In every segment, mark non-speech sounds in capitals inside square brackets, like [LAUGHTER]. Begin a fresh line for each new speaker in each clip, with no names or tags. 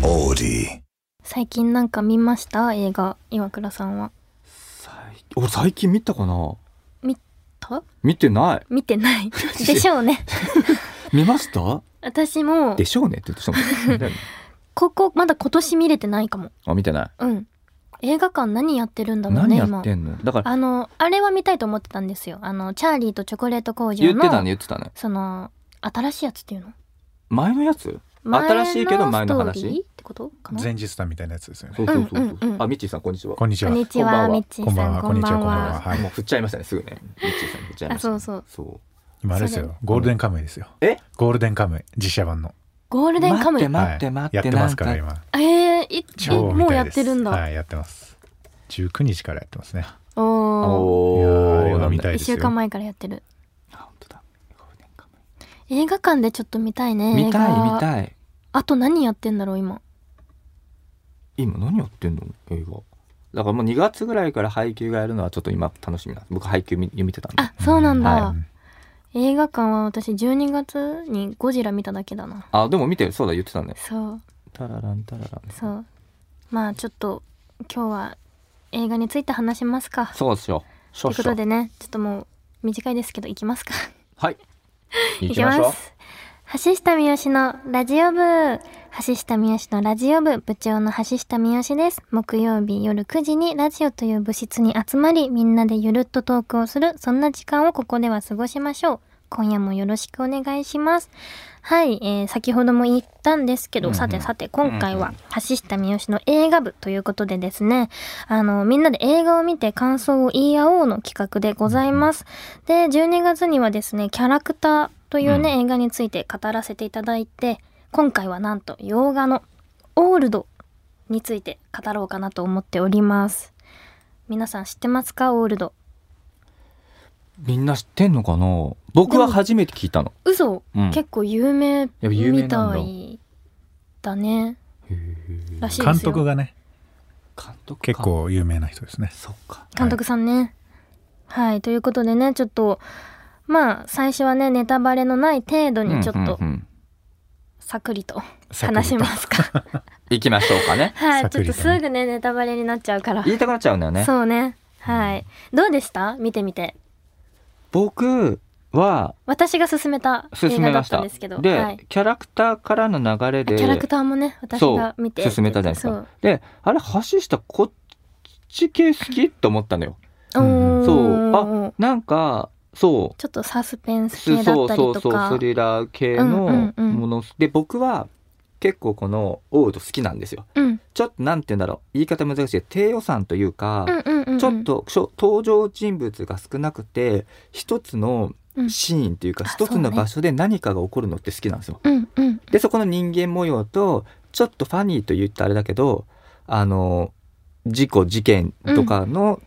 Beauty
最近なんか見ました映画岩倉さんは
最近俺最近見たかな
と
見てない
見てない [LAUGHS] でしょうね
見ました
私も
でしょうねって言ってたも
[LAUGHS]
んだよね
ここまだ今年見れてないかも
あ見てない
うん映画館何やってるんだろう
何
ね
や
今
ってんのだから
あのあれは見たいと思ってたんですよあのチャーリーとチョコレート工場
言
の
ってたね言ってたね
その新しいやつっていうの
前のやつ新しいけど前の話
ストーリーってことかな
前日談みたいなやつですよね
そうそうそうそう、
うんうんうん
あミッチーさんこんにちは
こんにち
こ
は
んにち
こんば
は
んは
みっちー
こんば
さ
ん
ん
はこ
こんばん
んにちはこんばん
は
ははい
もう振っちゃいましたねすぐねミッチーさんに振っちゃいま
あ
した
そうそう
そう
今あれです
そ
よゴールデンカムイですよ
え
ゴールデンカムイ実写版の
ゴールデンカムイ
待って待って
はいやってますから
な
今
えー、いえ
超見
もう
た
や
い
っ
です
てるんだ、
はいやってます19日からやってますね
おお
お
いやー
ー
今見たい
1
ですよ
週間前からやってる
あ本当だゴールデンカム
映画館でちょっと見たいね
イ見た
映
い
画
見たい
あと何やってんだろう今
今何やってんの映画だからもう2月ぐらいから配給がやるのはちょっと今楽しみなんです僕配給見見てたんで
あそうなんだ、
は
映画館は私12月にゴジラ見ただけだな
あでも見てるそうだ言ってたね
そう
タラランタララン
そうまあちょっと今日は映画について話しますか
そうっすよ
と
少
いうこ
々
とでねちょっともう短いですけど行きますか
はい行
い
きましょう
橋下三好のラジオ部橋下三好のラジオ部部長の橋下三好です木曜日夜9時にラジオという部室に集まりみんなでゆるっとトークをするそんな時間をここでは過ごしましょう今夜もよろしくお願いしますはい、えー先ほども言ったんですけど、
うんうん
さてさて今回は橋下三好の映画部ということでですねあのみんなで映画を見て感想を言い合おうの企画でございますで12月にはですねキャラクターというね、映画について語らせていただいて今回はなんと洋画のオールドについて語ろうかなと思っております皆さん知ってますかオールド
みんな知ってんのかな僕は初めて聞いたの
嘘、
うん
結構有名
や有名
み
なんだ
たいだね
へー
らしいですよ
監督がね
監督か
結構有名な人ですね
そっか
監督さんね。はい、ということでねちょっとまあ最初はねネタバレのない程度にちょっと
うんうんうん
さくりと
さくりと
話しますか。
行きましょう
[LAUGHS]
かね
はい、
さく
ちょっ
りと
と
ね
すぐねネタバレになっちゃうから。
言いたくなっちゃうんだよね
そうね。はい、どうでした見てみて。
僕は
私が勧めた映
進
画
め
だ
ま
っ
した
ん
た
ですけど。
で、
はい、
キャラクターからの流れ
キ
で
ャラクターもね私が見て
そう進めたじゃないですかであれ橋下こっち系好きと思ったのよ
そう,、
うん
そう
あ
なんかそう
ちょっとサスペンス
そ
系だ
うそ
っ
う
た
そ
り
う
と
そう
か
ス。リラー系
うんうん
の
うん
もの、で僕は結構このオールド好きなんですよ
うん
ちょっとなんて言うんだろう言い方難しいけど低予算というか、
うんうんうんうん
ちょっとしょ登場人物が少なくて一つの
うん
シーンというか
あ
一つ
そ
の
うね
場所で何かが起こるのって好きなんですよ。
うんうん
でそこの人間模様とちょっとファニーと言ったらあれだけどあの事故事件とかの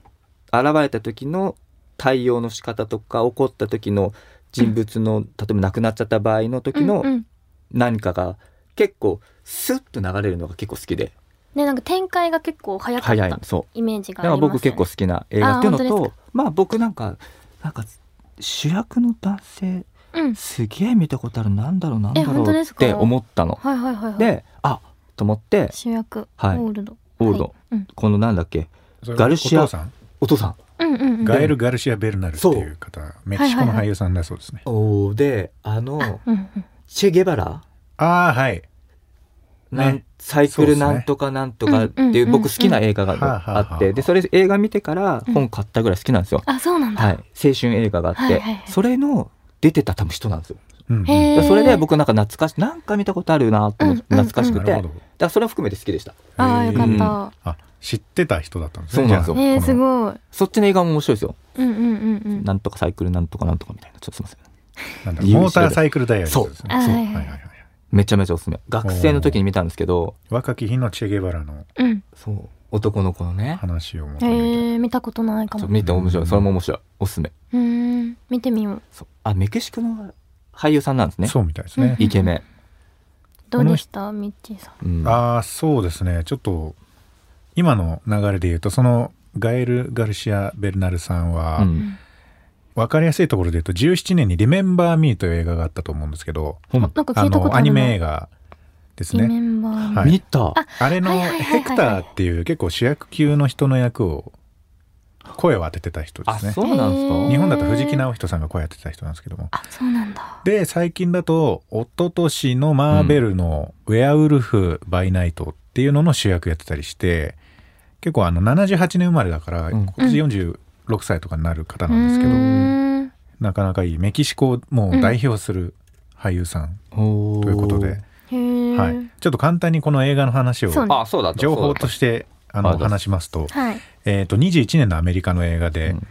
現れた時の対応の仕方とか起こった時の人物の例えば亡くなっちゃった場合の時の
うんうん
何かが結構スッと流れるのが結構好きで
ねなんか展開が結構早かっ
早い
た
そう
イメージが
だ
ありま
から
す、ね、
僕結構好きな映画っていうの
あ本当
とまあ僕なんかなんか主役の男性
うん
すげえ見たことあるなんだろうなんだろ
本当
う
で
っ
すか
て思ったの。
はいはいはいはい
であと思って
主役、
はい
オールド
オールド
はいうん、
このなんだっけ
それ
ガルシア
お父さん
お父さん
うんうんうん
ガエル・ガルシア・ベルナルっていう方メキシコの俳優さんだそうですね
おーであの
うんうん
チェ・ゲバラ
ああはい
なん
ね
サイクルなんとかなんとかって
そうっす
い
ね
う僕好きな映画
うんうんうん
が
はあはあはあ
あってでそれ映画見てから本買ったぐらい好きなんですよ、
あそうなんだ、
はい、青春映画があって、
はいはいはい
それの出てた多分人なんですよ
うんうん
へー
それで僕なんか懐かしなんか見たことあるなと思って
うんうんうん
懐かしくて、
なる
だ
ほ
か
ど
らそれを含めて好きでした
あーよか
うん
っ
あ知ってた人だったんですね
そうなんで
た、
すよ
じゃあ
えー、
この
すごい
そっちの映画も面白いですよ、
うんうんうんうん
なんとかサイクルなんとかなんとかみたいなちょっとすいません
なんだろうモーターサイクルダイヤリー
そう
ですね
あ
そう
は
はいい
はい
はいはい
めちゃめちゃおすすめ学生の時に見たんですけど
若き日のチェ・ゲバラの
うん
そう男の子のね
話をも
え
とに
ー、見たことないか
ち
も
ょっと見て面白
う
い
ん
それも面白いおすすめ
うーん見てみよう
そうあメキシコの俳優さんなんですね
そうみたいですね
うん
イケメ
どうでしたミッチーさん
ン、うん、
ああそうですねちょっと今の流れで言うとそのガエル・ガルシア・ベルナルさんは、
う
うんん
分かりやすいところで言うと17年に「リメンバー・ミー」という映画があったと思うんですけど
ほん
なんか聞いたことあるな
のアニメ映画です
リメ
ね。
ンバーミー。
はい
見た
あれの
はいはいはいはい
ヘクターっていう結構主役級の人の役を声を当ててた人で
あ
すね。
そうなんですか、
へー
日本だと藤木直人さんが声を当ててた人なんですけども。
あ、そうなんだ。
で最近だと一昨年のマーベルの「ウェアウルフ・バイ・ナイト」っていうのの主役やってたりして結構あの78年生まれだから、
うん
今年46歳とかになる方なんですけど、
うーん
なかなかいいメキシコをもう代表する俳優さん
おー
ということで、
へー
はい、ちょっと簡単にこの映画の話を
そうね
あそうだった
情報と
して
してあ
あ
の
どうぞ
話しますと,、
はい。
えー、と21年のアメリカの映画で、
うん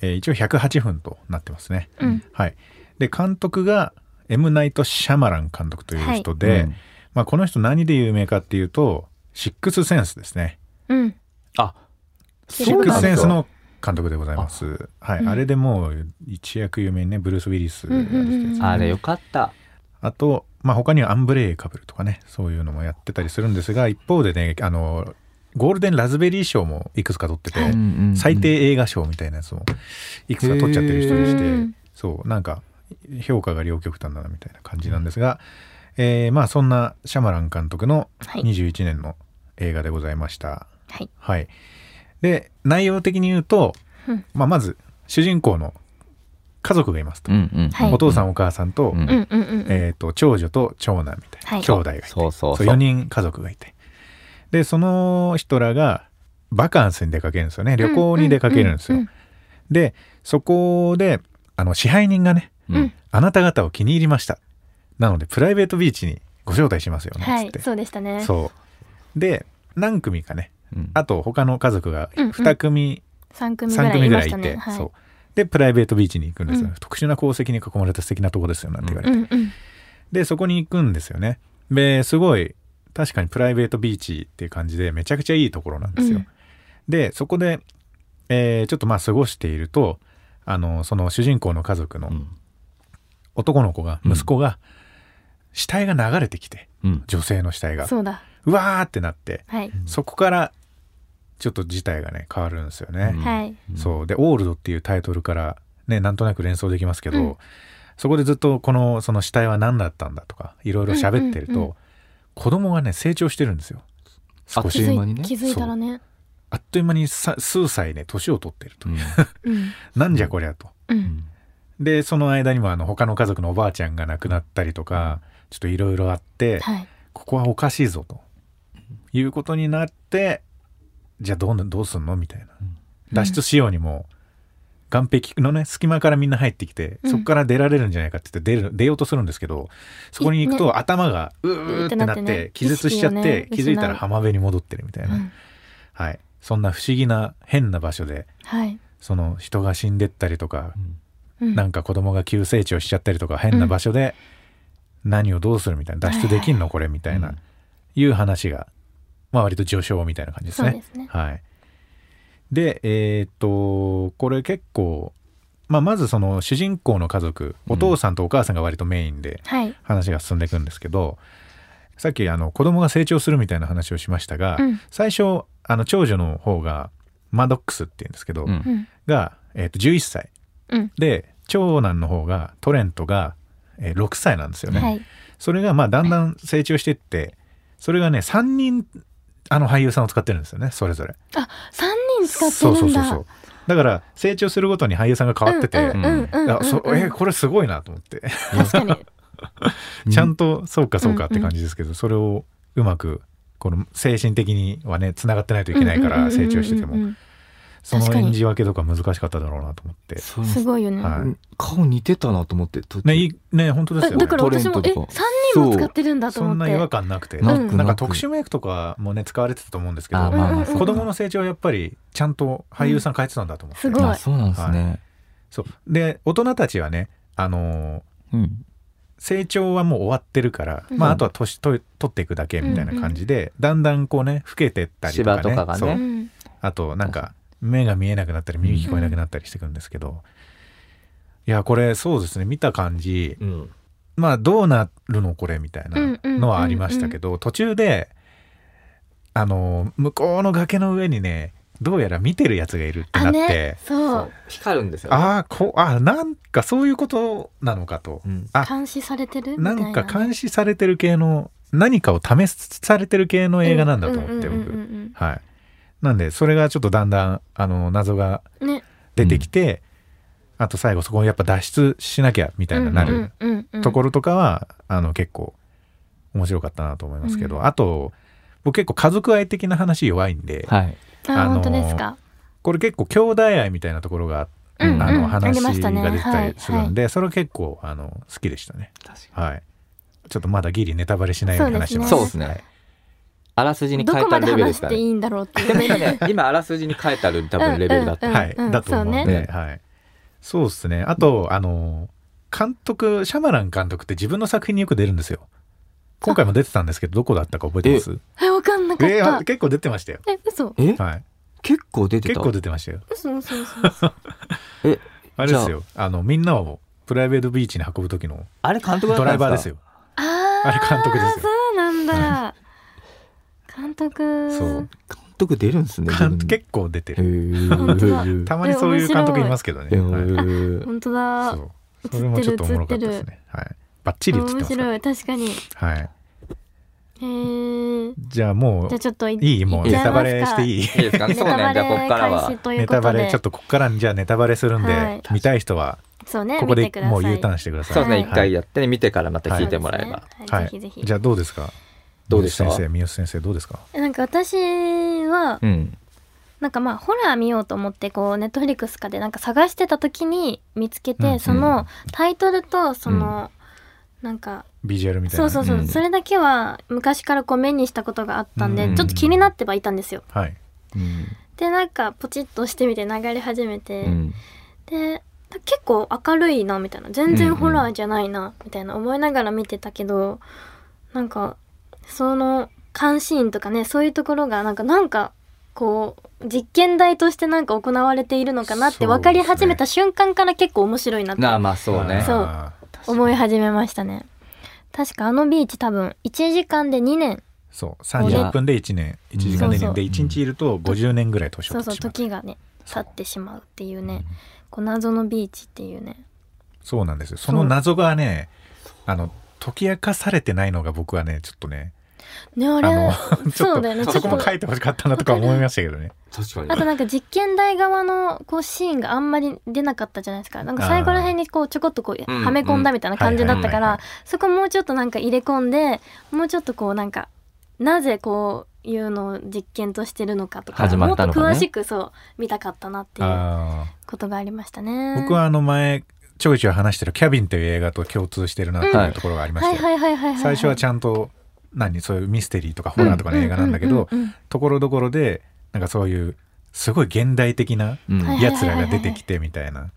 えー一応108分となってますね。
うん。
はい、で監督が M ・ナイト・シャマラン監督という人で、まあ、この人何で有名かっていうとシックスセンスですね
うん。
あ
シックスセンス
そうなん
の監督でございますはい、
うん
あれでもう一躍有名にねブルース・ウィリスが出てたやつ
うんうんうん
あれよかった
あと、まあ、他にはアンブレイカブルとかねそういうのもやってたりするんですが一方でねあのゴールデン・ラズベリー賞もいくつか取ってて、最低映画賞みたいなやつもいくつか取っちゃってる人でし
へ
て
ー
そうなんか評価が両極端だなみたいな感じなんですが、えーまあそんなシャマラン監督の
はい
21年の映画でございました。
はい。
はい、で内容的に言うと、
うん
まあ、まず主人公の家族がいますと、
うんうん
はい
お父さんお母さんと,、
うん
うんうんうん。
えー、と長女と長男みたいな、
はい
兄弟がいて
そうそう
そう4人家族がいてでその人らがバカンスに出かけるんですよね旅行に出かけるんですよ、
うう
でそこであの支配人がね
うんうん
あなた方を気に入りましたなのでプライベートビーチにご招待しますよ
うん
ね
は
つっ
い
て、。
そうでしたね。
そうで何組かね
うん
あと他の家族が
うんうん
2組、
三組ぐ
3
らい
組
い
ぐ
ま
らい
し
い
た
て
ね。はい
そうでプライベートビーチに行くんですよ、
うん
特殊な功績に囲まれた素敵なとこですよなんて言われて、
うんうん。
でそこに行くんですよねですごい確かにプライベートビーチっていう感じでめちゃくちゃいいところなんですよ、
うん
でそこで、えーちょっとまあ過ごしているとあのその主人公の家族の
うん
男の子が、
うん
息子が死体が流れてきて
うん
女性の死体が
そうだ。
うわーってなって
はい。
そこからちょっと事態がね変わるんですよね、
うん
はい。
そうで「オールド」っていうタイトルからねなんとなく連想できますけど、
うん
そこでずっとこのその死体は何だったんだとかいろいろ喋ってると、
うんうんうん
子供がね成長してるんですよ少
気
し
あ
づ
間に
い
ね
気づいたらね。
あっという間にさ数歳ね年を取ってると、
うん
うん。
なんじゃこりゃと
うん。
でその間にもあの他の家族のおばあちゃんが亡くなったりとかちょっといろいろあって、
はい。
ここはおかしいぞということになってじゃあどうなどうすんのみたいな脱出しようにも岸壁のね隙間からみんな入ってきて、
うん
そこから出られるんじゃないかって言って出る出ようとするんですけどそこに行くと、頭がうーってなっ
うーってなって
て
ね
気絶しちゃって、
意識をね
気づいた
失
ら
う
浜辺に戻ってるみたいな、
うん
はい、そんな不思議な変な場所で
はい。
その人が死んでったりとか、
うん
なんか子供が急成長しちゃったりとか変な場所で何をどうするみたいな脱出できんのこれみたいな、
うん
いう話が、まあ、割と序章みたいな感じですね。
そうですね
はい、でえーっとこれ結構、まあ、まずその主人公の家族
うん
お父さんとお母さんが割とメインで
はい。
話が進んでいくんですけど、さっきあの子供が成長するみたいな話をしましたが、
うん
最初あの長女の方がマドックスっていうんですけど、
うん
うん。
が、えーっと11歳
うん。
で長男の方がトレントが、えー6歳なんですよね。
はい。
それがまあだんだん成長していってそれがね3人あの俳優さんを使ってるんですよねそれぞれ。
あ、三人使って
そ
るん
うそ
だ。
うそうそうだから成長するごとに俳優さんが変わってて、
うんうんうんうんうん
あそえこれすごいなと思って、
確かに。
ちゃんとそうかそう
うんう
か
ん
って感じですけど、それをうまくこの精神的にはねつながってないといけないか
うんう
ら
んうんうんう
成
ん
長してても。その
確かに
演じ分けとか難しかっただろうなと思って
そう
すごいよね。
はい
顔似てたなと思って途中
ねいいね本当です
え
よね
だから私も
トレ
え
ントとか
三人も使ってるんだと
そ
思
ん
っ
な
て。
違和感なくて、
な
な
く
ん
な
か
く
特殊メイクとかもね使われてたと思うんですけど
あまあまあ
うんうんうん
子供の成長はやっぱりちゃんと俳優さん変えてたんだと思って、
うんすごい
あそうなんですね
そうで大人たちはねあのー
うん
成長はもう終わってるから、
うん
まあ、あとは年と取っていくだけみたいな感じで、だんだんこうね老けてったりとかね
シワとかがね
そううんあとなんか目が見えなくなったり耳聞こえなくなったりしてくんですけど、いやこれそうですね見た感じ
うん
まあどうなるのこれみたい
うん
な
うんうん
のはありましたけど、途中であの向こうの崖の上にねどうやら見てるやつがいるってな
あ
って、
ね、そ
そう
う。
光るんですよね
ああこうあなんかそういうことなのかと、
うん
あ
監視されてるみた
ない
な。
んか監視されてる系の何かを試されてる系の映画なんだと思って、
うんうんうん
僕。
うん
はい。なんで、それがちょっとだんだん、あの、謎が
うんね
出てきて、あと最後そこをやっぱ脱出しなきゃみたいななるとこ
ろ
ろとかは、あの、結構面白かったなと思いますけど、
う
あと、僕結構家族愛的な話弱いんで、
はい。
あ、
あのー
本当ですか
これ結構兄弟愛みたいなところが、
うんうん
あの
あり
話
ま
が
したね
出てたりするんで、
は
それは結構あの好きでしたね。
確か
はい。ちょっとまだギリネタバレしないように話してます。
そうですね。あらすじに
ど
書い
こ
た
まで
レベルで
話
す
し
か
てい
ね。
いんだろうっていう
でも
[LAUGHS]
今ね、 [LAUGHS] 今あらすじに書いてある多分レベルだった。
うん
はい、
うん
だと思うんで、
そう
ね
はい。そうですね。あと、あの、監督、シャマラン監督って自分の作品によく出るんですよ。今回も出てたんですけど、どこだったか覚えてます
えわかんなかっ
え
た
ー結構出てましたよ。
え嘘
え
はい。
結構出て
結
た
構。出てましたよ。
嘘嘘嘘嘘
あれですよ。あの、みんなをプライベートビーチに運ぶ時の
あれ監督だった
ド
んで
ラ
すか
イバーです。よ。
あー
あれ監督ですよ
そうなんだ監督
そう
監督出るんですね。
監督 [LAUGHS] 結構出て
へ
る。
ー
たまにそういう監督いますけどね。
へ
はい
ー
本当だ
そう。それもちょっとおもろかったですね。はい。バッチリ映ってま
面
すから。
白い確かにへ
はい。
え
じゃあも
じゃあ
う
ちょっとい
いいもう
い
ネ
っちゃい
タ
ま
バ
すか
レしていい。
いいですかね。
ネ
そう
タ
ね。
バ
じゃ
レ
あここからは
開始。とい
ネ
うこ
タ
と
バ
で
レちょっとここからじゃあネタバレするんで、
はい
見たい人は
そうね
ここ
見
で
てください
もう U ターンしてください。
そうですね。
はい
一回やってみてからまた聞いてもらえば。
そうです
は
ねはいい、ぜひぜひ
じゃあどうですか。
どうでした
三好先生、三好先生どうですか。
なんか私は
うん。
なんかまあホラー見ようと思ってこうネットフリックスかでなんか探してた時に見つけて、
うん
そのタイトルとその、なんか
ビジュアルみたい
そ
な。
うそうそう、
うん
それだけは昔からこう目にしたことがあったんで、
うん
ちょっと気になってはいたんですよ。
はい。
うん
でなんかポチッとしてみて流れ始めて、
うん。
で結構明るいなみたいな全然ホラーじゃないなみたいな思いながら見てたけどなんかその監視員とかねそういうところがなんかなんかこう実験台としてなんか行われているのかなっ
そうで
て
すね
分かり始めた瞬間から結構面白いな
なあ
って
まあそうね。
そう
あー
思い始めましたね。確かあのビーチ多分1時間で2年
そう、三十分で一年、一時間で
そう
年
そう
で一日いると五十年ぐらい年
そ
を取
う
って
そう
しまう。
時がね
そ
経
う
ってしまうっていうねこう謎のビーチっていうね
そうなんですよ。その謎がね、あの解き明かされてないのが僕はね、ちょっとね、
ねあ
あ
れ
の
[LAUGHS]
ちょ
そう
っ
だよね
と
ちょ
そ
っ
こも
と
書いてほしかったなとか思いましたけどね。
確
あと。なんか実験台側のこうシーンがあんまり出なかったじゃないですか。なんか最後ら辺にこうちょこっとこう
うん
はめ込んだみたいな感じだ
はい
ったか
はいはいは
ら、そこもうちょっとなんか入れ込んで、もうちょっとこうなんか、なぜこういうのを実験としてるのかとか、
始まったのかね
もっと詳しくそう見たかったなって [LAUGHS] いう
あ
ことがありました
あ、
ね。
僕はあの前ちょいちょい話してるキャビンという映画と共通してるなっていうところがありまし
は
て
い、はいはいはいはい。
最初はち
ゃん
ゃんと何そういうミステリーとかホラーとかの映画なんだけどところどころでなんかそういうすごい現代的な
うん
はい
やつらが出てきてみたいな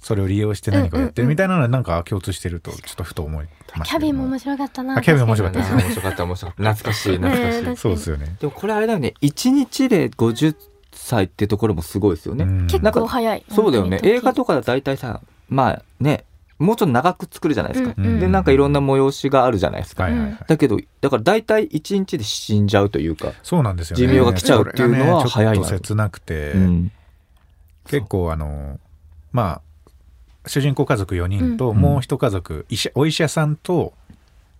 それを利用して何かをやってるみたいなのはなんか共通してるとちょっとふと思いまし
キ
たけど
ャビンも面白かったな。
あキャビン面白かった
面
ですね
白かった面白かった。懐かしい懐かしい
ね。
そうですよね
でもこれあれだよね1日で50歳ってところもすごいですよね、
うん
結構早い。
そうだよね映画とかだと大体さまあねもうちょっと長く作るじゃないですか、
うんうん
でなんかいろんな催しがあるじゃないですか、
はいはいはい
だけどだから大体1日で死んじゃうというか、
そうなんですよね
寿命が
来ちゃうっていうのは
それがね
早い
ちょ
な
っと切なくて
うん
結構あのまあ主人公家族4人と、
うん
もう一家族医者お医者さんと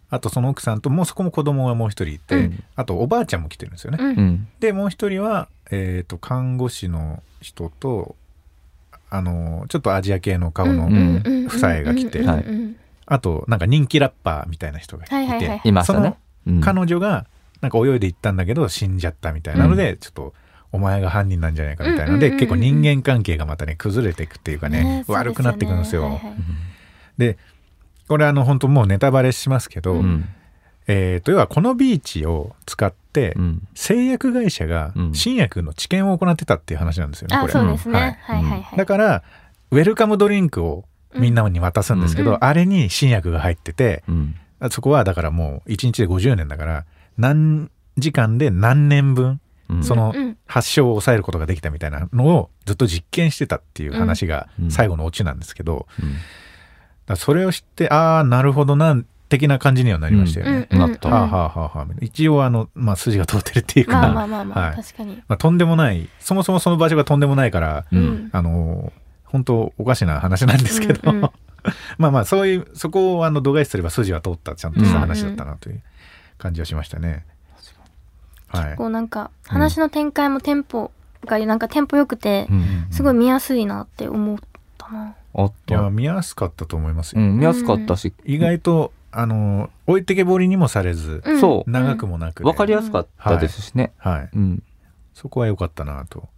あとその奥さんともうそこも子供がもう一人いて、
うん
あとおばあちゃんも来てるんですよね。
うん。うん
うん
でもう一人は、えー、と看護師の人とあのちょっとアジア系の顔の、
うん
夫妻が来て
うんうんうん
はい
うん
あとなんか人気ラッパーみたいな人がいて、
はいはいはい
いましたね、うん
彼女がなんか泳いで行ったんだけど死んじゃったみたいなので、ちょっと。お前が犯人なんじゃないかみたいなので、
うんうんうんうん
結構人間関係がまたね崩れていくっていうかね
ねそうですよね
悪くなっていくんですよ。
はいはい
これあの本当もうネタバレしますけど、
うん
えーと要はこのビーチを使って
うん
製薬会社が
うん
新薬の治験を行ってたっていう話なんですよね、
あ
これ
そうですね、
うん
は
はいい
はいはい
だからウェルカムドリンクをみんなに渡すんですけど、
うん
あれに新薬が入ってて
うん
そこはだからもう1日で50年だから何時間で何年分
うん
その
うん
発症を抑えることができたみたいなのをずっと実験してたっていう話が
うん
最後のオチなんですけど、
うん
だからそれを知ってああなるほどな的な感じにはなりましたよ
う
ね。
んうん
なった
はあ、はあはあはあ、一応あの、まあ、筋が通ってるっていうか、
まあま
ま
あ
あ
まあまあ、
はい
確かに
とんでもないそもそもその場所がとんでもないから、
うん
うん
あの本当おかしな話なんですけど、
うんうん
まあまあそういうそこをあの度外視すれば筋は通ったちゃんとした話だったなという感じはしましたね。はい。
こうなんか話の展開もテンポがなんかテンポ良くて
うん
すごい見やすいなって思ったな。
あっ
いや
た、
見やすかったと思います
う
よ。
ん、見やすかったし、
意外とあの置いてけぼりにもされず、
うん
そう
長くもなくで、
わかりやすかったですしね、
はい。
うん
そこは良かったなと。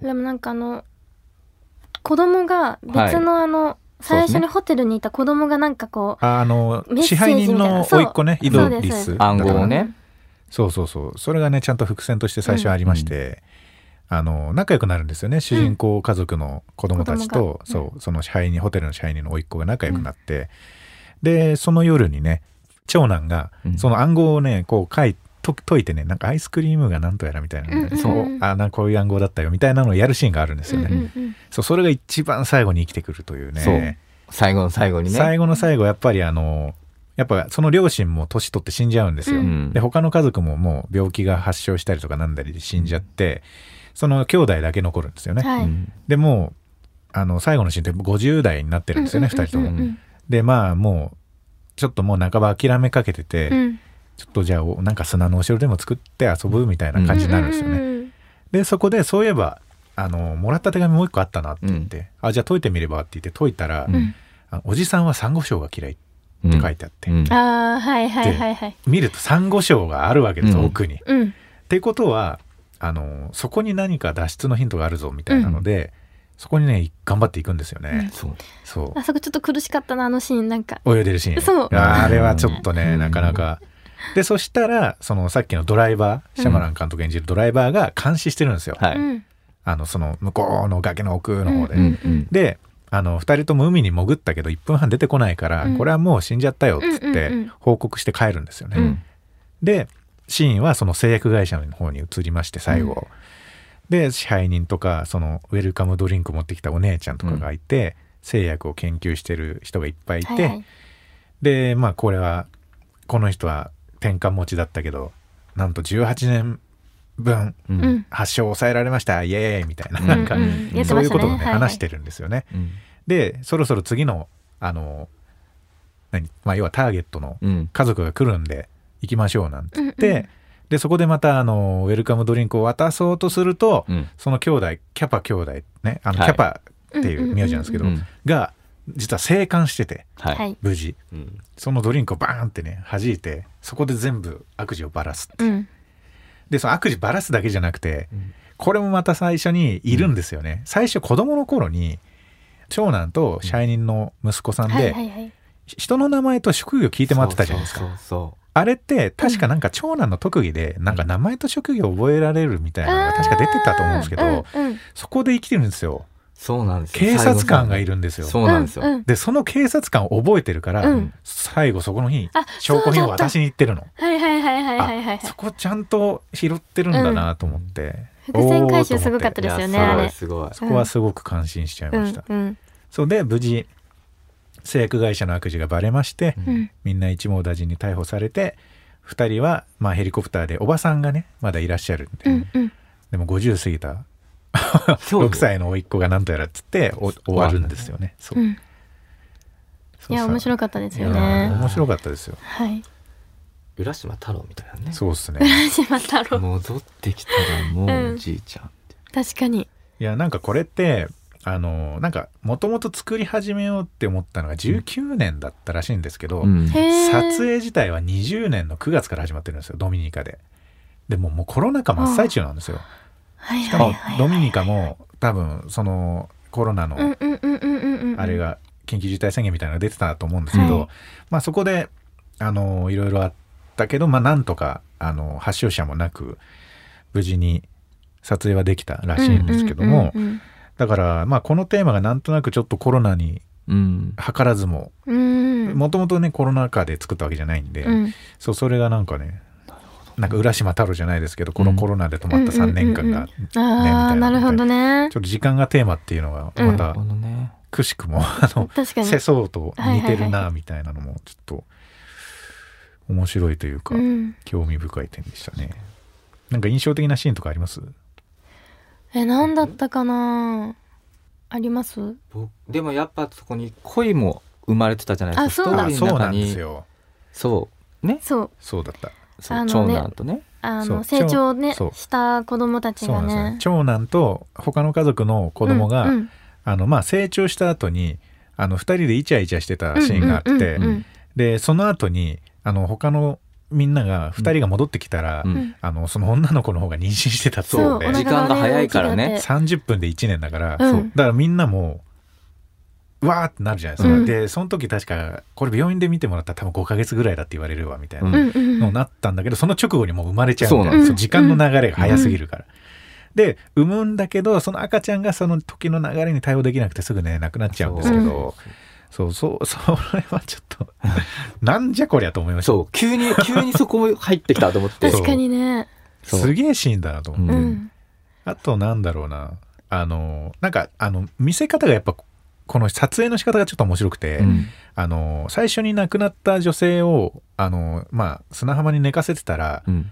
でもなんかあの子供が別のあの、最
そう
初に
ですね
ホテルにいた子供がなんかこう
あの
メッ
支
セージ
配
みた
人
いな
の
そう
甥っ子ねイドリ
そう
ス
です
暗号をね
そうそうそうそれがねちゃんと伏線として最初ありまして、あの仲良くなるんですよね主人公家族の子供たちと、
子供が
そうその支配人ホテルの支配人の甥っ子が仲良くなって、でその夜にね長男が
うん
その暗号をねこう書いと解いてねなんかアイスクリームがなんとやらみたいな、ね
うん
そう
うん
あなんかこういう暗号だったよみたいなのをやるシーンがあるんですよね、
うんうんうん
そうそれが一番最後に生きてくるというね
そう最後の最後にね
最後の最後やっぱりあのやっぱその両親も年取って死んじゃうんですよ、
うん
で他の家族ももう病気が発症したりとかなんだりで死んじゃってその兄弟だけ残るんですよね、
はい、
うん
でもうあの最後のシーンって50代になってるんですよね、
うんうんう
2
ん
人とも
うんうん
でまあもうちょっともう半ば諦めかけてて、
うん
ちょっとじゃあおなんか砂のお城でも作って遊ぶみたいな感じになるんですよね、
ううん
でそこでそういえばあのもらった手紙もう一個あったなって言って、あじゃあ解いてみればって言って解いたら、
うん
あおじさんは珊瑚礁が嫌いって
うん
書いてあって、
うん
うんああはいはいはいはい。
見ると珊瑚礁があるわけです、
うん
奥に。っ
うん
てことはあのそこに何か脱出のヒントがあるぞみたいなので、そこにね頑張っていくんですよね。
そう
そ
あそこちょっと苦しかったなあのシーンなんか。
う泳いでるシーン
そう
ああれはちょっとね、
うん
なかなか。でそしたらそのさっきのドライバーシャマラン監督演じるドライバーが監視してるんですよ、
はい、
うん
あのその向こうの崖の奥の方で。
うん
うん
であの2人とも海に潜ったけど1分半出てこないから、
うん
これはもう死んじゃったよっつっ
う
て
んうんうん
報告して帰るんですよね。
うん
でシーンはその製薬会社の方に移りまして最後、で支配人とかそのウェルカムドリンク持ってきたお姉ちゃんとかがいて、製薬を研究してる人がいっぱいいて、
はいはい
でまあこれはこの人は転換持ちだったけどなんと18年分
う
うんん
発症を抑えられましたイエーイみたいな,、
うん
なんか、
うん
やってました
そう
ね
いうことをね、
はいはい
話してるんですよね。
うん
でそろそろ次のあの何、まあ、要はターゲットの
うん
家族が来るんで行きましょうなんて言って、
うんうん
でそこでまたあのウェルカムドリンクを渡そうとすると、
うん
その兄弟キャパ兄弟ねあのキ
はい
ャパっていう名字なんですけど、
うんうんうん
が実は生還してて
はい、
はい。
無事
うん
そのドリンクをバーンってね弾いてそこで全部悪事をばらすって
う
いうんでその悪事ばらすだけじゃなくて、
うん
これもまた最初にいるんですよね、最初子供の頃に長男と社員の息子さんで、
はいはいはい。
人の名前と職業聞いてもらってたじゃないですか
そうそうそう
あれって確かなんか長男の特技でなんか名前と職業覚えられるみたいなのが確か出てたと思うんですけど、
うんうん
そこで生きてるんですよ
そうなんですよ
警察官がいるんですよ
そうなんですよ、
うんうん
でその警察官を覚えてるから、
うん
最後そこの日
あ
証拠品を
そうだった
渡しに行ってるの
はいはいはいはいはいはい
あ。そこちゃんと拾ってるんだなと思って、
伏線回収すごかった
いや
ですよね
す
あ
ごい
れ。
すごい
そこはすごく感心しちゃいうました
ん、うん
そうで無事製薬会社の悪事がバレまして、
うん
みんな一網打尽に逮捕されて2人は、まあ、ヘリコプターでおばさんがねまだいらっしゃるんで、
うんうん。
でも50過ぎた
そう
6歳の甥っ子がなんとやらっつってお終わるんですよね。そう
うん
そ
いうや
さ
面白かったですよ
いやー
ね。
面白かったですよ。
はい。 [LAUGHS]
浦島太郎みたいなね
そうですね。
島太郎
戻ってきたらもうおじいちゃんって、
確かに。
いやなんかこれってあのなんかもともと作り始めようって思ったのが19年だったらしいんですけど、
うん
へえ。
撮影自体は20年の9月から始まってるんですよドミニカで。でもうもうコロナ禍真っ最中なんですよ。
はい
しか
はい
も
はい。
ドミニカも多分そのコロナ
う
の
んうんうんうんうんうん。
あれ。が緊急事態宣言みたいなのが出てたと思うんですけど、
はい
まあそこであのいろいろあったけどまあなんとかあの発症者もなく無事に撮影はできたらしいんですけども、
うんうん
だからまあこのテーマがなんとなくちょっとコロナに
うん
図らずも
うんうん。うん
もともとねコロナ禍で作ったわけじゃないんで、
うん
そうそれがなんかねなんか浦島太郎じゃないですけどこのコロナで止まった3年間が、
うんああ
ねみたいな
なるほどね
ちょっと時間がテーマっていうのがまた、
なるほどね
くしくも [LAUGHS] あの
確かに
世相と似てる
はいはい
なみたいなのもちょっと面白いというか、
うん
興味深い点でしたね。なんか印象的なシーンとかあります？
え何だったかなあります
僕でもやっぱそこに恋も生まれてたじゃないですか。
あそうだ
あ
スト
そう
ーリーの
な
中
ん
に
ですよ
そうね。
そう
そうだった
そう
あの
長
ね
男とね。
あ
そ
の
う
成長ね
そう
した子供たち
そうな
が
んですよね
ね
長男と他の家族の子供が、
うんうん
あのまあ成長した後にあの2人でイチャイチャしてたシーンがあって、
うんうんうん
でその後にあの他のみんなが2人が戻ってきたら、
うん
うん
あのその女の子の方が妊娠してた
そう
そうで
お腹
時間が早いからね
大きくなって
30分で1年だから、
うん
そうだからみんなもうわーってなるじゃないですか、
うん
でその時確かこれ病院で見てもらったら多分5ヶ月ぐらいだって言われるわみたいな
う
う
ん
んうん
のなったんだけどその直後にもう生まれちゃうみたいな
そうなんです
よ
時間の流れが早すぎるから。で産むんだけどその赤ちゃんがその時の流れに対応できなくてすぐね亡くなっちゃうんですけどそうそうそれはちょっ
[LAUGHS]
となんじゃこりゃと思いました
そう急 [LAUGHS] に急にそこ入ってきたと思って。
確かにね
そう
すげえシーンだなと思って
うん
うん
あとなんだろうなあのなんかあの見せ方がやっぱこの撮影の仕方がちょっと面白くて、
うん
あの最初に亡くなった女性をあの、まあ、砂浜に寝かせてたら、
うん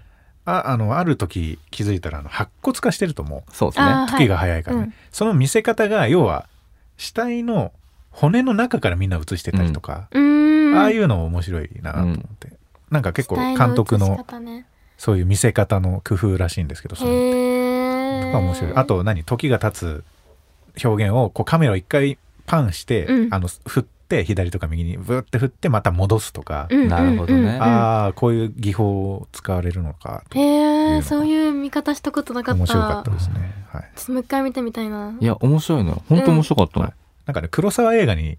ああのある時気づいたらあの白骨化してるとも
そうですね。
あ
う
ーはい
時が早いからね、
うん
その見せ方が要は死体の骨の中からみんな映してたりとか、
うーん
ああいうのも面白いなと思って、なんか結構監督
死体
の
映し方ね
そういう見せ方の工夫らしいんですけどその
へ
と
え
か面白いあと何時が経つ表現をこうカメラを一回パンして、
うん
あの振って左とか右にブーって振ってまた戻すとか、
うんうんうん
なるほどね
うん
ああこういう技法を使われるのかと
へ
い
え
うのが
そういう見方したことなかった
面白かったですね、はい、
ちょっともう一回見てみたいない
や面白いのよ。本当面白かったの。
うんなんかね黒沢映画に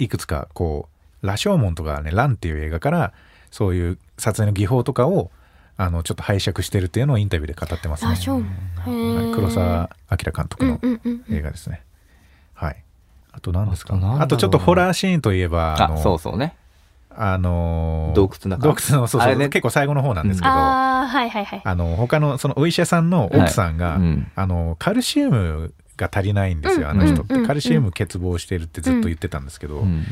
いくつかこう「羅生門」とかね「乱」っていう映画からそういう撮影の技法とかをあのちょっと拝借してるっていうのをインタビューで語ってますね
羅生門
は
へ
い
え
黒澤明監督
うん
の
うんうん
映画ですね、はいあと何ですか
あとなんだろう
あとちょっとホラーシーンといえば
あそう
の
そうね。
あのー
洞窟の中
洞窟のそう
あ
そう、
れね
結構最後の方なんですけど、あ
ああはいはいはい
の他のそのお医者さんの奥さんが、
うん
あのカルシウムが足りないんですよ、
うん
あの人って、
うんうん
カルシウム欠乏してるってずっと言ってたんですけど、
うん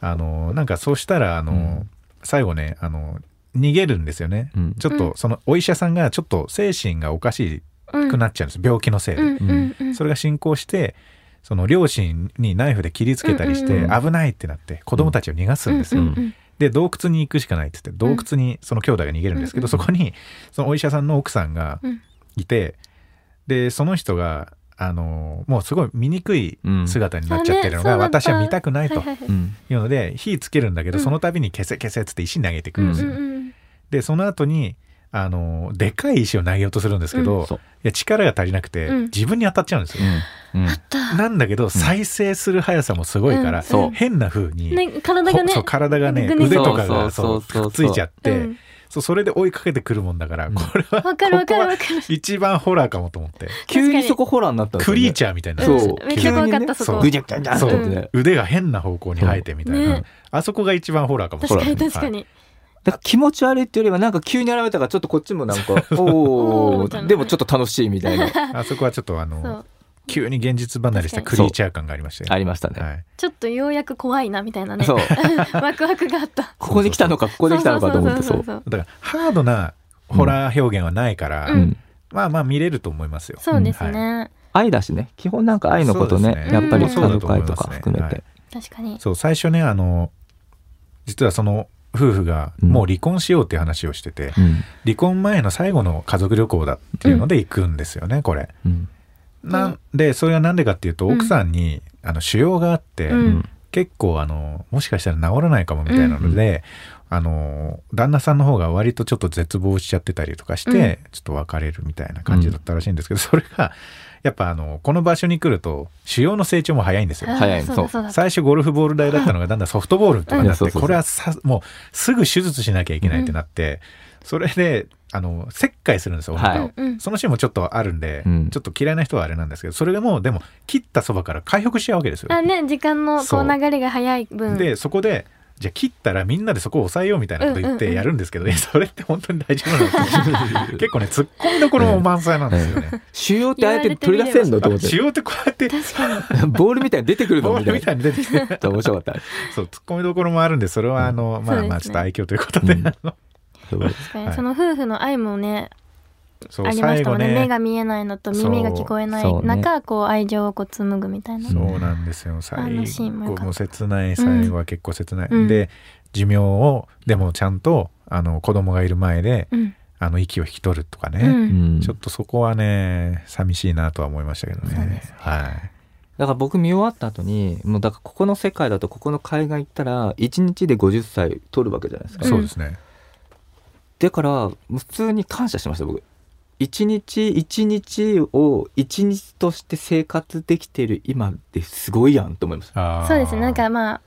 あのなんかそうしたらあの、
うん
最後ねあの逃げるんですよね、
うん
ちょっ
うん
とそのお医者さんがちょっと精神がおかしくなっちゃうんです、病気のせいで、
うんうんうん
それが進行してその両親にナイフで切りつけたりして、
うんうん
う
危ないってなって子供たちを逃がすんですよ、
うんうんうん
で洞窟に行くしかないって言って洞窟にその兄弟が逃げるんですけど、
うん
そこにそのお医者さんの奥さんが
うん
いて、でその人があのもうすごい醜い姿になっちゃってるのが、
うんあねそうだった
私は見たくないと
はいはいはい
うん
いうので火つけるんだけど、
うん
その度に消せ消せっつって石投げてく
う
るん
ん
で
う
すよ、
んうん
でその後にあのでかい石を投げようとするんですけど、
うん
い
そう
や力が足りなくて、
うん
自分に当たっちゃうんですよ、
うんうん
[LAUGHS] なんだけど再生する速さもすごいから、
うんそう
変な風に、
ね体が
ほ
ね
そう体がね
ぐね
腕とかが
そ
そうう
そうそうそう
くっついちゃって、
うん
そうそれで追いかけてくるもんだから、
うん
これは
わかるわかるわ
こ
か
こは一番ホラーかもと思って
急にそこホラーになったんですよ
ク
ね
リーチャーみたいな
そ
る
う
めっちゃ怖か
急
った
にね
そこ
ぐちゃぐちゃぐちゃって
そう
なってね。
腕が変な方向に生えてみたいな、
そうね
あそこが一番ホラーかも
確かに
ホラー
確かに
だから気持ち悪いっていうよりはなんか急に現れたからちょっとこっちもなんかお
おーみたい
ー
な
でもちょっと楽しいみたい [LAUGHS] な
あそこはちょっとあ
そ
の
う
急に現実離れした
確か
ク
に
リーチャー感がありましたよ
ありましたね、
はい、
ちょっとようやく怖いなみたいなね
そう
[LAUGHS] ワクワクがあった
ここに来たのかここで来たのかと思ってそ
そう
う
そう
だからハードなホラー表現はないから、
うん
うん
まあまあ見れると思いますよ
そうで
うん
す
はい
ね
愛だしね基本なんか愛のことね
そうです
ね
やっぱり
うん
家族愛とか含めて、
確かに
そう最初ねあの実はその夫婦がもう離婚しようっていう話をしてて、
うん
離婚前の最後の家族旅行だっていうので行くんですよね、これ。
うん
なんでそれがなんでかっていうと
うん
奥さんに、あの腫瘍があって、
うん
結構あのもしかしたら治らないかもみたいなので、あの旦那さんの方が割とちょっと絶望しちゃってたりとかして、ちょっと別れるみたいな感じだったらしいんですけど、それがやっぱあのこの場所に来ると腫瘍の成長も早いんですよ。
あー
早い
そうだ
そう
そうだ
最初ゴルフボール台だったのがだんだんソフトボールとかになっ
うん
て
いやそうそうそう
これはさもうすぐ手術しなきゃいけないってなって、それであの切開するんですよお腹を、
うんうん
そのシーンもちょっとあるんで、
うん
ちょっと嫌いな人はあれなんですけどそれがもうでも切ったそばから回復しちゃうわけですよ。
あね時間のこ
そうう
流れが早い分
でそこでじゃあ切ったらみんなでそこを抑えようみたいなこと言っ
うんうんう
て
ん
やるんですけど、いやそれって本当に大丈夫なの
[LAUGHS]
か結構ね突っ込みどころも満載なんですよね。
腫瘍ってああやって取り出せんのと
あ
思って
腫瘍ってこうやって
確かに
ボールみたいに出てくる
ボ
の
ー
み
ル
た
み
いな
たいに出てきて
ちょっと面白かった
そう突っ込みどころもあるんでそれはあの、まあまあちょっ
そうですね
と愛嬌ということで、
うん
あの
そう
確か
は
に
い
その夫婦の愛もね
そう
ありま
最
したも
後
んね
ね
目が見えないのと耳が聞こえない
そうそうね
中、こう愛情をこう紡ぐみたいな
そ
そうなんですよ最
のシーンも良か
後
った
も切ない最後は結構切ない、
うん
で寿命をでもちゃんとあの子供がいる前で
うん
あの息を引き取るとか
う
ね、
ん
ちょっとそこはね寂しいなとは思いましたけどね
そうですね
はい
だから僕見終わった後にもうだからここの世界だとここの海岸行ったら1日で50歳取るわけじゃないですか、
うん
そうですね、
だからもう普通に感謝しました僕一日一日を一日として生活できてる今ってすごいやんと思いました
あー
そうですねなんかまあ、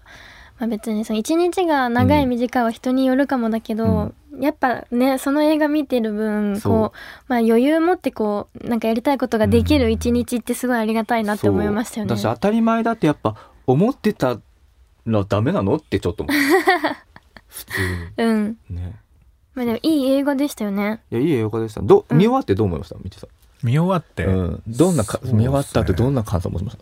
まあ、別にその一日が長い短いは人によるかもだけど、やっぱねその映画見てる分
そう
こう、まあ、余裕持ってこうなんかやりたいことができる一日ってすごいありがたいなって思いましたよね。
そうだし当たり前だってやっぱ思ってたらダメなのってちょっと思った普通
うん
にね
まあ、でもいい映画でしたよね。
いやいい映画でしたど、
うん
見終わってどう思いましたみちさ
見終わって、
ん、うん、どんな
そ
か、
うですね
見終わったってどんな感想持ちまし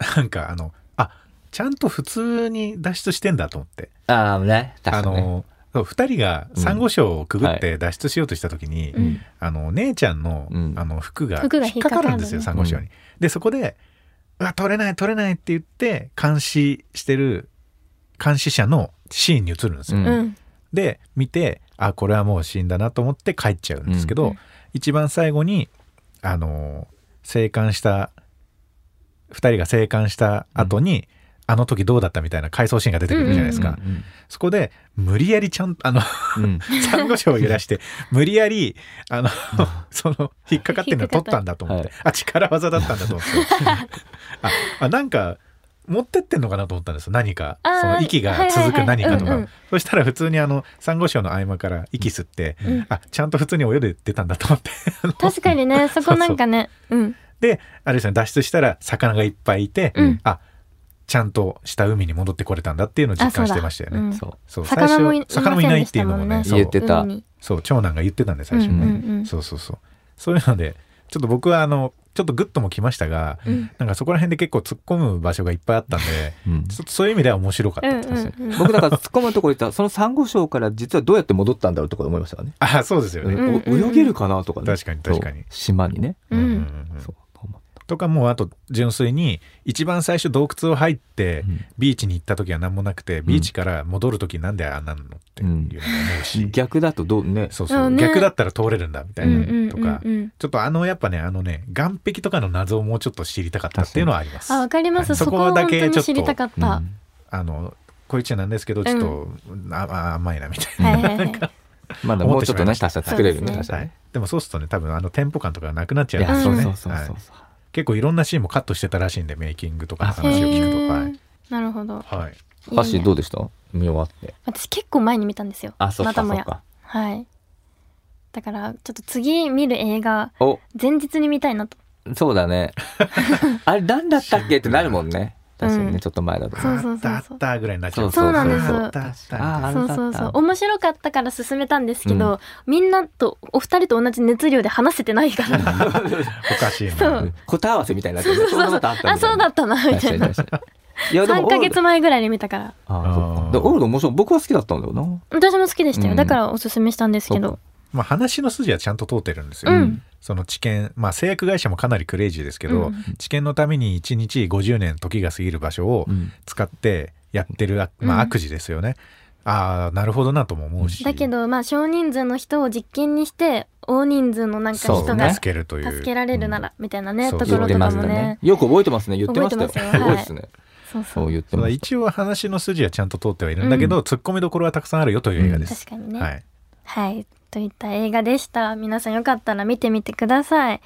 た
なんかあのあちゃんと普通に脱出してんだと思って
ああね
あのそう2人がサンゴ礁をくぐって脱出しようとした時に、
うん
あの姉ちゃんの,、
うん
あの服が
服が
引っ
引っ
か
か
か
かる
る
ん
ん
で
ですす
ね
よ珊瑚礁に。でそこで「うわ取れない取れない」って言って監視してる監視者のシーンに映るんですよ。
うん
うん
で見てあこれはもう死んだなと思って帰っちゃうんですけど、
うん
一番最後にあの生還した2人が生還した後に、あの時どうだったみたいな回想シーンが出てくるじゃないですか、そこで無理やりちゃん
[LAUGHS]
あの
うんうん
サンゴ礁を揺らして無理やりあの [LAUGHS] その引っかかってるのを取ったんだと思って、
引
あ力技だったんだと思って
[LAUGHS]
ああなんか持ってってんのかなと思ったんですよ何か
あー
その息が続く何かと
はいはいはいうんうん
かそしたら普通にあのサンゴ礁の合間から息吸って、
うん
あちゃんと普通に泳いで出たんだと思ってあの
確かにねそこなんかねうん
[LAUGHS] であれですね脱出したら魚がいっぱいいて、
うん
あちゃんんとした海に戻ってこれたんだっていうのを
あ
実
そ
感
うだ
してましたよね。
うん
そう
そう最
魚
初
もい
魚もいないっていうのもね
ませんでしたも
そう
んね
言ってた
海に
そう長男が言ってたんで最初ね、
うんうんうん
そうそうそうそういうのでちょっと僕はあのちょっとグッともきましたが
うん
なんかそこら辺で結構突っ込む場所がいっぱいあったんで
うん
ちょっとそういう意味では面白かった、
うんうんうん
僕だから突っ込むところ言ったらそのサンゴ礁から実はどうやって戻ったんだろうとか思いましたからね
あそうですよね、
ん
お泳げるかなとかね
確かに確かに
そう島にね、
うん
うん
そう思っ
とかもうあと純粋に一番最初洞窟を入って
て、
ビーチに行った時は何もなくてビーチから戻る時なんであんなのっていうのも思うし、
逆だとどうね
そうそ
あ
う、
ね
逆だったら通れるんだみたい
うんうん
なとか、
うんうん
ちょっとあのやっぱねあのね岸壁とかの謎をもうちょっと知りたかったっていうのはあります。
あわかります、
はい
そこ
そ
を
こ
本
だ
当
けちょ
に
っと
知りたかった、
あのこいつなんですけどちょっと、ああ甘いなみたいな、
はいはいはい
まだもうちょっとね達者作れるね
そうで
達
す
者
はい
ね、
でもそうするとね多分あのテンポ感とかがなくなっち
い
ゃうんで
や
す
そ
よ
う
ね、
そうそうそう
はい結構いろんなシーンもカットしてたらしいんでメイキングとかの話を聞くと
へ
は
ー
い、
なるほど
はい、
ハッシーど
う
うでした見終わって
私結構前に見たんですよ
あそっ
また
かそ
も
っ
や
か
はいだからちょっと次見る映画
お
前日に見たいなと
そうだ
[LAUGHS]
ねあれ何だったっけってなるもんね
うん
確かにねちょっと前だと
そうそうそうそう
あったあったぐらいになっちゃ
そうなんです
あったあったみたい
あ
な
れ
そう
だった
そうそう面白かったから進めたんですけど、みんなとお二人と同じ熱量で話せてないから
[LAUGHS]
おかしいな
そう
うん答え合わせみたいになってるそんなことあっ
[LAUGHS]
た
あ
みた
そう
いな
だったなみたい
確か
な
に確かにいやでも
3
オー
ヶ
ル
月前ぐらいに見たから
あそっかで
あー
オールド面白い僕は好きだったんだよな
私も好きでしたよ、
うん
だからおすすめしたんですけど
まあ、話の筋はちゃんと通ってるんです
う
よ、
ん
その知見、まあ、製薬会社もかなりクレイジーですけど、
うん
知見のために1日50年時が過ぎる場所を
うん
使ってやってる、
うん
まあ、悪事ですよね、ああなるほどなとも思うし
だけどまあ少人数の人を実験にして大人数のなんか
そう
人
ね
が
助けるという
助けられるならみたいなね、
そう
とこ
言
ろ
っ
とか
てまし
も
たね
ね。
よく覚えてますね言ってましたよ
覚
す
えてますよ
ごいですね
そうそ
そう
う
言って
ただ
まし
一応話の筋はちゃんと通ってはいるんだけど、突っ込みどころはたくさんあるよという映画です
確、かにね
は
はい、
い、
といった映画でした皆さんよかったら見てみてください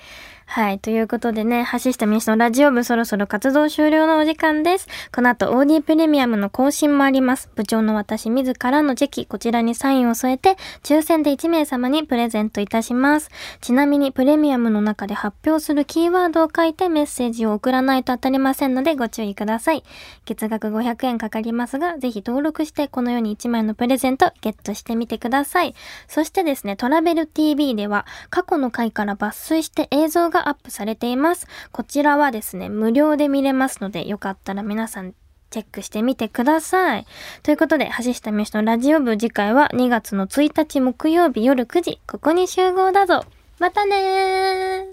はいということでね橋下美史のラジオ部そろそろ活動終了のお時間ですこの後 OD プレミアムの更新もあります部長の私自らのチェキこちらにサインを添えて抽選で1名様にプレゼントいたしますちなみにプレミアムの中で発表するキーワードを書いてメッセージを送らないと当たりませんのでご注意ください月額500円かかりますがぜひ登録してこのように1枚のプレゼントゲットしてみてくださいそしてですねトラベル TV では過去の回から抜粋して映像がアップされていますこちらはですね無料で見れますのでよかったら皆さんチェックしてみてください。ということで、橋下美由紀のラジオ部次回は2月の1日木曜日夜9時、ここに集合だぞ。またね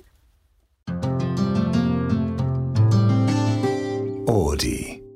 ー。
Audi.